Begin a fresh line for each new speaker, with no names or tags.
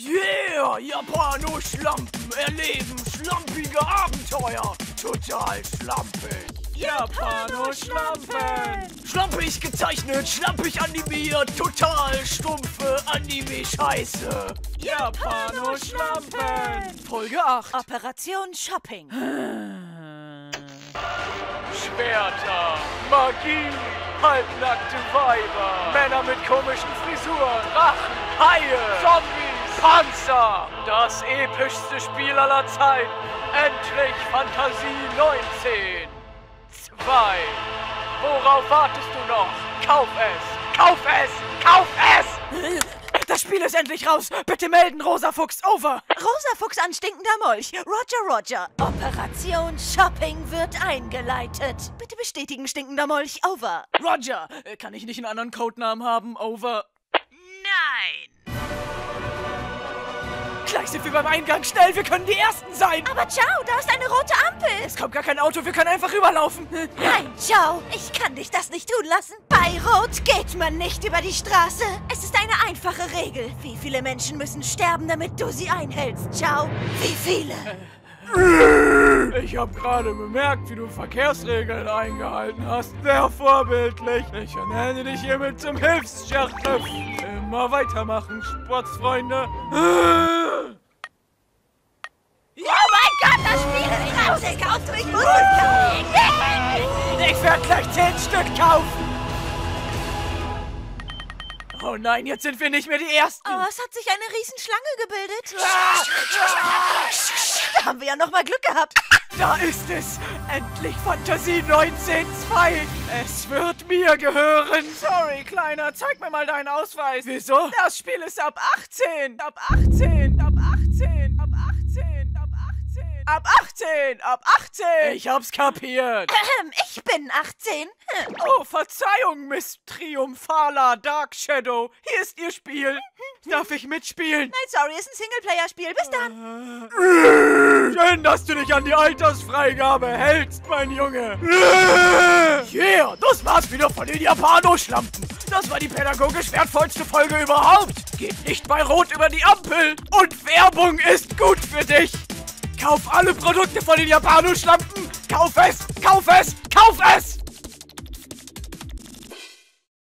Yeah, Japano-Schlampen erleben schlampige Abenteuer. Total schlampig.
Japano-Schlampen.
Schlampig gezeichnet, schlampig animiert, total stumpfe Anime-Scheiße.
Japano-Schlampen.
Folge 8.
Operation Shopping.
Schwerter, Magie, halbnackte Weiber, Männer mit komischen Frisuren, Drachen, Haie, Zombies, Panzer. Das epischste Spiel aller Zeiten. Endlich Fantasie 19. 2. Worauf wartest du noch? Kauf es! Kauf es! Kauf es! Das Spiel ist endlich raus! Bitte melden, Rosa Fuchs! Over!
Rosa Fuchs an stinkender Molch. Roger, Roger. Operation Shopping wird eingeleitet. Bitte bestätigen, stinkender Molch. Over.
Roger! Äh, Kann ich nicht einen anderen Codenamen haben? Over!
Nein.
Gleich sind wir beim Eingang! Schnell, wir können die Ersten sein!
Aber ciao, da ist eine rote Ampel.
Es kommt gar kein Auto, wir können einfach rüberlaufen!
Nein, ciao. Ich kann dich das nicht tun lassen. Bei Rot geht man nicht über die Straße. Es ist eine einfache Regel. Wie viele Menschen müssen sterben, damit du sie einhältst? Ciao. Wie viele?
Ich habe gerade bemerkt, wie du Verkehrsregeln eingehalten hast. Sehr vorbildlich. Ich ernenne dich hiermit zum Hilfschef. Immer weitermachen, Sportsfreunde.
Oh mein Gott, das Spiel ist raus! Ich kauf's mich runter!
Ich werde gleich zehn Stück kaufen. Oh nein, jetzt sind wir nicht mehr die Ersten.
Oh, es hat sich eine Riesenschlange gebildet.
Ah!
Da haben wir ja nochmal Glück gehabt.
Da ist es! Endlich Fantasie 19.2! Es wird mir gehören! Sorry, Kleiner, zeig mir mal deinen Ausweis! Wieso? Das Spiel ist ab 18! Ab 18! Ab 18! Ab 18! Ab 18! Ab 18! Ab 18! Ich hab's kapiert!
Ahem, Ich bin 18. Hm.
Oh, Verzeihung, Miss Triumphala Dark Shadow! Hier ist Ihr Spiel! Darf ich mitspielen?
Nein, sorry, ist ein Singleplayer-Spiel. Bis dann.
Schön, dass du dich an die Altersfreigabe hältst, mein Junge. Yeah, das war's wieder von den Japano-Schlampen. Das war die pädagogisch wertvollste Folge überhaupt. Geht nicht bei Rot über die Ampel. Und Werbung ist gut für dich. Kauf alle Produkte von den Japano-Schlampen. Kauf es, kauf es, kauf es.